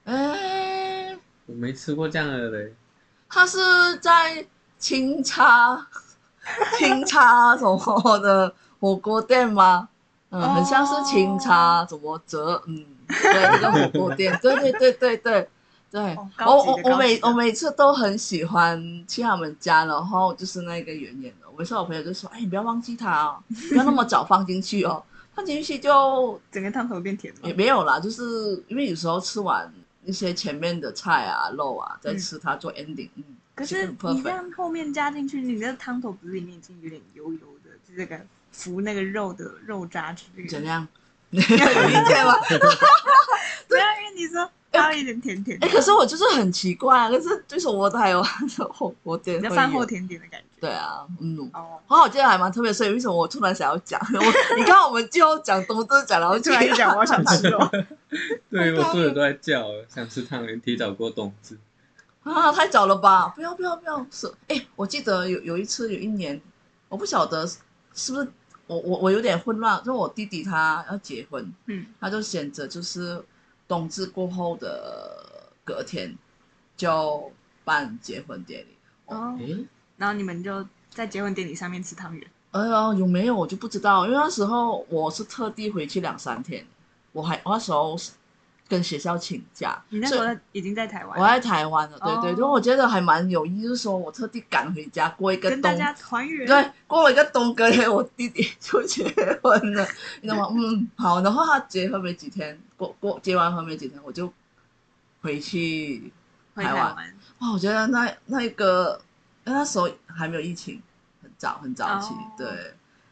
[SPEAKER 1] 哎，
[SPEAKER 2] 我没吃过这样的嘞，
[SPEAKER 1] 他是在清 茶清茶什么的火锅店吗？
[SPEAKER 3] 哦
[SPEAKER 1] 嗯，很像是清茶什么泽，嗯，对，一个火锅 店，对对对对对对
[SPEAKER 3] 哦。
[SPEAKER 1] 我
[SPEAKER 3] 高级的
[SPEAKER 1] 我我
[SPEAKER 3] 高级
[SPEAKER 1] 每
[SPEAKER 3] 的
[SPEAKER 1] 我每次都很喜欢去他们家，然后就是那个圆圆的，每次我朋友就说：“哎，你不要忘记它哦，不要那么早放进去哦，放进去就
[SPEAKER 3] 整个汤头变甜
[SPEAKER 1] 也
[SPEAKER 3] 了。
[SPEAKER 1] 没有啦，就是因为有时候吃完一些前面的菜啊、肉啊，再吃它做 ending，嗯，
[SPEAKER 3] 可
[SPEAKER 1] 其
[SPEAKER 3] 是
[SPEAKER 1] 实很
[SPEAKER 3] 你这
[SPEAKER 1] perfect。
[SPEAKER 3] 样后面加进去，你的汤头不是里面已经有点油油的，就这个浮那个肉的肉渣之类
[SPEAKER 1] 怎
[SPEAKER 3] 的，
[SPEAKER 1] 样？ 你有意见吗？
[SPEAKER 3] 对啊，因为你说它有一点甜甜的
[SPEAKER 1] 哎、，可是我就是很奇怪啊，可是对手我还有 火锅店
[SPEAKER 3] 比较
[SPEAKER 1] 会
[SPEAKER 3] 饭
[SPEAKER 1] 有
[SPEAKER 3] 后甜点的感觉。
[SPEAKER 1] 对啊，嗯。
[SPEAKER 3] 哦，
[SPEAKER 1] 好，我觉得还蛮特别，所以为什么我突然想要讲？ 我你看我们就要讲东都讲，然后
[SPEAKER 3] 突然一讲，我想吃 哦。
[SPEAKER 2] 对我肚子都在叫了，想吃汤圆，提早过冬至。
[SPEAKER 1] 啊，太早了吧？不要不要不要！是，哎，我记得有有一次有一年，我不晓得是不是我我我有点混乱，就我弟弟他要结婚，
[SPEAKER 3] 嗯，
[SPEAKER 1] 他就选择就是冬至过后的隔天就办结婚典礼。
[SPEAKER 3] 哦，
[SPEAKER 2] 诶，
[SPEAKER 3] 然后你们就在结婚典礼上面吃汤圆。
[SPEAKER 1] 哎呀，有没有我就不知道，因为那时候我是特地回去两三天，我还我那时候是跟学校请假，
[SPEAKER 3] 你那
[SPEAKER 1] 所以
[SPEAKER 3] 时候已经在台湾
[SPEAKER 1] 我
[SPEAKER 3] 了，
[SPEAKER 1] 在台湾了，对对，
[SPEAKER 3] 哦
[SPEAKER 1] 就我觉得还蛮有意思，就是说我特地赶回家过一个
[SPEAKER 3] 跟大
[SPEAKER 1] 冬
[SPEAKER 3] 家团圆。
[SPEAKER 1] 对，过了一个冬哥嘞，我弟弟就结婚 了，你知道吗？嗯，好，然后他结婚没几天，过过结完婚没几天，我就回去
[SPEAKER 3] 回
[SPEAKER 1] 台
[SPEAKER 3] 台
[SPEAKER 1] 湾
[SPEAKER 3] 湾。
[SPEAKER 1] 哇，我觉得那那一个，因为那时候还没有疫情，很早很早期，
[SPEAKER 3] 哦
[SPEAKER 1] 对。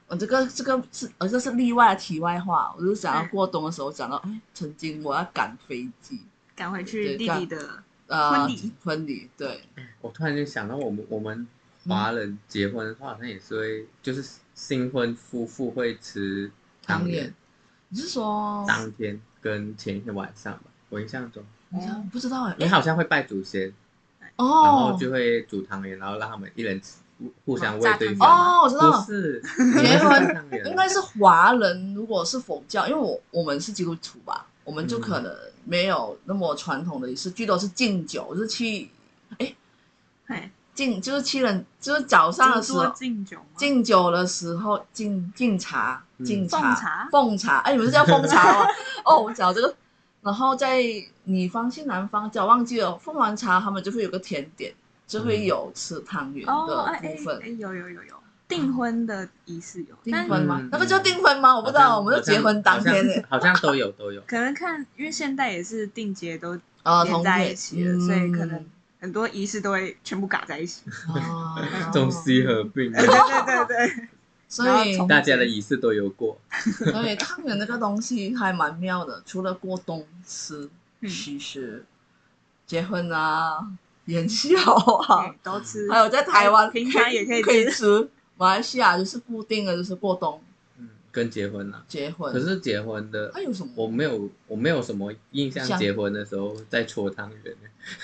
[SPEAKER 1] 我这个这个是，呃，这是例外的题外话。我就是想要
[SPEAKER 3] 嗯
[SPEAKER 1] 过冬的时候，讲到，哎，曾经我要赶飞机，
[SPEAKER 3] 赶回
[SPEAKER 1] 对
[SPEAKER 3] 去弟
[SPEAKER 1] 干
[SPEAKER 3] 弟的，
[SPEAKER 1] 呃，
[SPEAKER 3] 婚礼，
[SPEAKER 1] 婚礼，对，
[SPEAKER 2] 我突然间想到，我们我们
[SPEAKER 1] 嗯
[SPEAKER 2] 华人结婚的话，好像也是会，就是新婚夫妇会吃汤
[SPEAKER 1] 当
[SPEAKER 2] 圆
[SPEAKER 1] 然，，你是说，
[SPEAKER 2] 当天跟前一天晚上吧。我印象中，
[SPEAKER 1] 你知道
[SPEAKER 3] 哦
[SPEAKER 1] 不知道哎，
[SPEAKER 2] 你好像会拜祖先，
[SPEAKER 1] 哦，
[SPEAKER 2] 然后就会煮汤圆，然后让他们一人吃互互相喂对
[SPEAKER 3] 炸
[SPEAKER 2] 方。
[SPEAKER 1] 哦，我知道
[SPEAKER 2] 不
[SPEAKER 1] 了，
[SPEAKER 2] 是，
[SPEAKER 1] 结婚
[SPEAKER 2] 汤圆
[SPEAKER 1] 应该是华人，如果是佛教，因为我我们是基督徒吧，我们就
[SPEAKER 2] 嗯
[SPEAKER 1] 可能没有那么传统的仪式，最多是敬酒，就是去
[SPEAKER 3] 哎，
[SPEAKER 1] 敬，就是七人，就是早上
[SPEAKER 3] 这
[SPEAKER 1] 的时
[SPEAKER 3] 桌
[SPEAKER 1] 候
[SPEAKER 3] 敬酒吗？
[SPEAKER 1] 敬酒的时候敬敬茶，
[SPEAKER 2] 嗯
[SPEAKER 1] 敬
[SPEAKER 3] 奉茶
[SPEAKER 1] 奉茶，哎，你们是叫奉茶 吗？哦，我讲这个，然后在女方去男方家忘记了，奉完茶他们就会有个甜点，就会
[SPEAKER 2] 嗯
[SPEAKER 1] 有吃汤圆
[SPEAKER 3] 哦，
[SPEAKER 1] 的
[SPEAKER 3] 哎哎
[SPEAKER 1] 部分。
[SPEAKER 3] 哎，有有有有，订婚的仪式有，
[SPEAKER 1] 订
[SPEAKER 3] 但
[SPEAKER 1] 婚吗？
[SPEAKER 2] 嗯
[SPEAKER 1] 那不就订婚吗？我
[SPEAKER 2] 我
[SPEAKER 1] 不知道，我们就结婚当天呢。
[SPEAKER 2] 好像都有都有。
[SPEAKER 3] 可能看，因为现在也是定节都
[SPEAKER 1] 呃，
[SPEAKER 3] 连
[SPEAKER 1] 同嗯
[SPEAKER 3] 在
[SPEAKER 1] 天
[SPEAKER 3] 一起了，所以可能 很多仪式都会全部嘎在 一起。
[SPEAKER 1] 哦
[SPEAKER 2] 中西合 并，
[SPEAKER 3] 对对对对， 然
[SPEAKER 1] 所
[SPEAKER 3] 后
[SPEAKER 1] 以
[SPEAKER 3] 从
[SPEAKER 2] 大家的仪式都有过。
[SPEAKER 1] 所以汤圆这个东西还蛮妙的，除了过冬吃，
[SPEAKER 3] 嗯
[SPEAKER 1] 其实结婚啊、元宵啊，
[SPEAKER 3] 哎都吃
[SPEAKER 1] 还。有在台湾
[SPEAKER 3] 平常也可以
[SPEAKER 1] 可以
[SPEAKER 3] 吃
[SPEAKER 1] 吃，马来西亚就是固定的就是过冬
[SPEAKER 2] 嗯，跟结婚啊，
[SPEAKER 1] 结婚。
[SPEAKER 2] 可是结婚的
[SPEAKER 1] 它有什么？
[SPEAKER 2] 我没有，我没有什么印象
[SPEAKER 1] 像。
[SPEAKER 2] 结婚的时候在搓汤圆，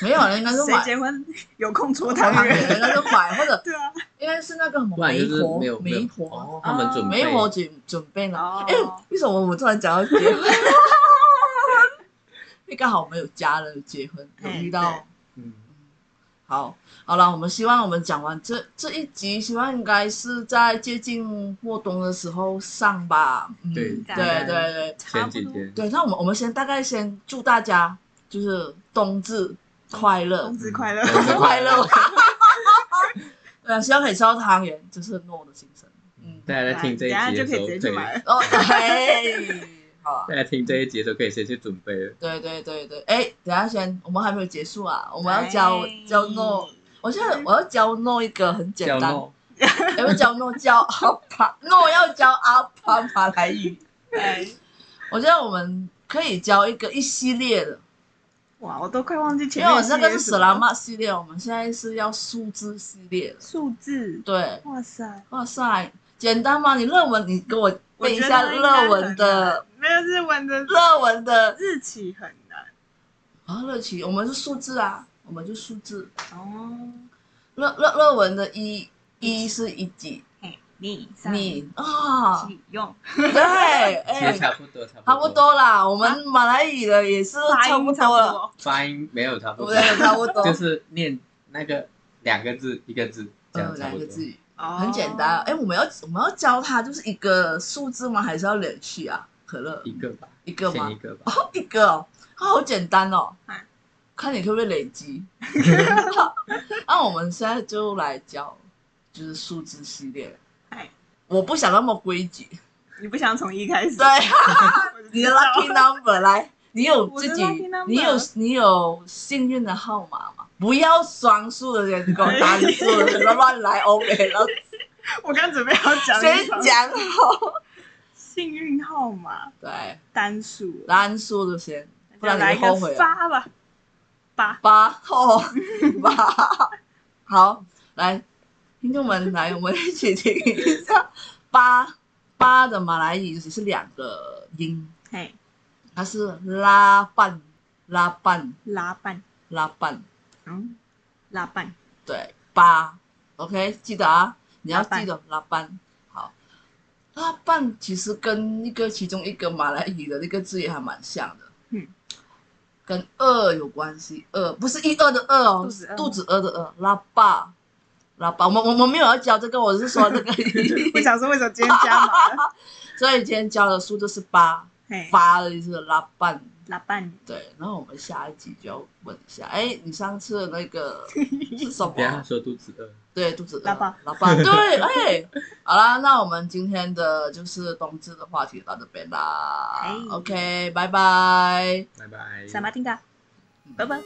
[SPEAKER 1] 没有人应该是
[SPEAKER 3] 谁
[SPEAKER 1] 买哦
[SPEAKER 3] 结婚有空搓
[SPEAKER 1] 汤
[SPEAKER 3] 汤 圆？
[SPEAKER 1] 圆，那就买，或者
[SPEAKER 3] 对啊，
[SPEAKER 1] 应该是那个什么
[SPEAKER 2] 不然
[SPEAKER 1] 媒
[SPEAKER 2] 就是没有
[SPEAKER 1] 婆，
[SPEAKER 2] 没
[SPEAKER 1] 媒
[SPEAKER 2] 有
[SPEAKER 1] 婆。啊
[SPEAKER 2] 哦，他们准
[SPEAKER 1] 没
[SPEAKER 2] 备
[SPEAKER 1] 有，我准准备了。
[SPEAKER 3] 哦
[SPEAKER 1] 哎、为什么我们突然讲到结 婚？因为刚好我们有家人有结婚，有
[SPEAKER 3] 哎
[SPEAKER 1] 遇到
[SPEAKER 3] 对。
[SPEAKER 2] 嗯，
[SPEAKER 1] 好，好了，我们希望我们讲完这这一集，希望应该是在接近过冬的时候上吧。嗯，
[SPEAKER 2] 对
[SPEAKER 1] 对
[SPEAKER 3] 大
[SPEAKER 1] 对
[SPEAKER 3] 概
[SPEAKER 1] 对
[SPEAKER 2] 前几天
[SPEAKER 1] 对。那我们我们先大概先祝大家就是冬至快乐
[SPEAKER 3] 冬，至快乐，
[SPEAKER 2] 嗯
[SPEAKER 1] 至快乐。 对，希望可以吃到汤圆，这是诺的心声。嗯，
[SPEAKER 2] 大家在听这一
[SPEAKER 3] 等下
[SPEAKER 2] 集
[SPEAKER 3] 就
[SPEAKER 2] 的
[SPEAKER 3] 可
[SPEAKER 2] 时
[SPEAKER 3] 以
[SPEAKER 2] 候，
[SPEAKER 3] 直接去
[SPEAKER 2] 对，
[SPEAKER 3] 买了。
[SPEAKER 1] 哦，嘿，好啊
[SPEAKER 2] 大，家听这一集的时候可以先去准备了。
[SPEAKER 1] 对对对对，哎，等一下先，我们还没有结束啊，我们要教
[SPEAKER 3] 哎
[SPEAKER 1] 教诺，我现在我要教诺一个很简
[SPEAKER 2] 叫
[SPEAKER 1] 单，
[SPEAKER 2] 诺，
[SPEAKER 1] 要不要教诺教阿帕， 诺要教阿帕马来语，
[SPEAKER 3] 哎
[SPEAKER 1] 我觉得我们可以教一个一系列的，
[SPEAKER 3] 哇，我都快忘记前
[SPEAKER 1] 因为
[SPEAKER 3] 面
[SPEAKER 1] 我那个是
[SPEAKER 3] 什
[SPEAKER 1] 史
[SPEAKER 3] 么
[SPEAKER 1] 拉玛系列，我们现在是要数字系列的，
[SPEAKER 3] 数字，
[SPEAKER 1] 对，
[SPEAKER 3] 哇塞，
[SPEAKER 1] 哇塞，简单吗？你论文，你给我
[SPEAKER 3] 我
[SPEAKER 1] 背一
[SPEAKER 3] 觉得
[SPEAKER 1] 下
[SPEAKER 3] 应
[SPEAKER 1] 日
[SPEAKER 3] 该
[SPEAKER 1] 文
[SPEAKER 3] 很
[SPEAKER 1] 的
[SPEAKER 3] 难，没有日文的
[SPEAKER 1] 日文的
[SPEAKER 3] 日期很难
[SPEAKER 1] 啊，日期，我们是数字啊，我们就数字。
[SPEAKER 3] 哦。
[SPEAKER 1] 热热热文的一一是一级，
[SPEAKER 3] 嘿，你
[SPEAKER 1] 你啊，
[SPEAKER 3] 启用
[SPEAKER 1] 对，
[SPEAKER 2] 其实
[SPEAKER 1] 哎，
[SPEAKER 2] 差不多，差不多，
[SPEAKER 1] 差不，多啦，我们马来语的也是差不多了，，
[SPEAKER 2] 发音没有差不多
[SPEAKER 1] 对，，差不多，
[SPEAKER 2] 就是念那个两个字一个字，这样
[SPEAKER 1] 嗯，
[SPEAKER 2] 差
[SPEAKER 1] 两
[SPEAKER 2] 不
[SPEAKER 1] 个
[SPEAKER 2] 多。
[SPEAKER 1] 字语
[SPEAKER 3] 哦
[SPEAKER 1] 很简单。哎，，我们要我们要教他就是一个数字吗？还是要连续啊？可乐
[SPEAKER 2] 一个吧，
[SPEAKER 1] 一个
[SPEAKER 2] 先
[SPEAKER 1] 吗
[SPEAKER 2] 一？个吧。
[SPEAKER 1] 哦，一个哦，它好简单哦
[SPEAKER 3] 嗯，
[SPEAKER 1] 看你可不可以累 积。那我们现在就来教就是数字系列
[SPEAKER 3] 哎。
[SPEAKER 1] 我不想那么规矩，
[SPEAKER 3] 你不想从一开始？
[SPEAKER 1] 对，啊
[SPEAKER 3] 我就
[SPEAKER 1] 你
[SPEAKER 3] 知道
[SPEAKER 1] 的 lucky number 来，你有
[SPEAKER 3] 我的
[SPEAKER 1] 自己
[SPEAKER 3] lucky，number
[SPEAKER 1] 你有你有幸运的号码吗？不要双数的人，你给我单数的人乱来，OK，然后
[SPEAKER 3] 我刚准备要讲一
[SPEAKER 1] 先
[SPEAKER 3] 场
[SPEAKER 1] 讲好。
[SPEAKER 3] 幸运号码
[SPEAKER 1] 对，
[SPEAKER 3] 单数，
[SPEAKER 1] 单数就先，不然
[SPEAKER 3] 再来
[SPEAKER 1] 你
[SPEAKER 3] 一
[SPEAKER 1] 会后悔
[SPEAKER 3] 个
[SPEAKER 1] 哦
[SPEAKER 3] 八吧，八。
[SPEAKER 1] 八后八，好，来，听众们来，我们一起听一下八八的马来语只是两个音，
[SPEAKER 3] 嘿，
[SPEAKER 1] 它是拉半拉半
[SPEAKER 3] 拉半，
[SPEAKER 1] 拉半，
[SPEAKER 3] 嗯，拉半，
[SPEAKER 1] 对，八，OK，记得啊，你要
[SPEAKER 3] 拉半
[SPEAKER 1] 记得拉半，好，拉半其实跟一个其中一个马来语的那个字也还蛮像的，
[SPEAKER 3] 嗯，
[SPEAKER 1] 跟饿有关系，饿不是一饿的饿哦，
[SPEAKER 3] 肚子饿吗
[SPEAKER 1] 肚子饿的饿，拉霸，拉霸，我们我们没有要教这个，我是说这个 意
[SPEAKER 3] 我
[SPEAKER 1] 思，
[SPEAKER 3] 想说为什么今天加码 了？
[SPEAKER 1] 所以今天教的数就是八，
[SPEAKER 3] 嘿，
[SPEAKER 1] 八的意思拉半，
[SPEAKER 3] 拉半，
[SPEAKER 1] 对，然后我们下一集就要问一下，哎，你上次的那个是什 么啊
[SPEAKER 2] 不？要说肚子饿，
[SPEAKER 1] 对，肚子饿，
[SPEAKER 3] 老爸
[SPEAKER 1] 老爸，对，哎，好啦，那我们今天的就是冬至的话题到这边啦
[SPEAKER 3] 哎
[SPEAKER 1] ，OK，拜拜。
[SPEAKER 2] 拜拜。
[SPEAKER 3] 萨马丁达，拜拜。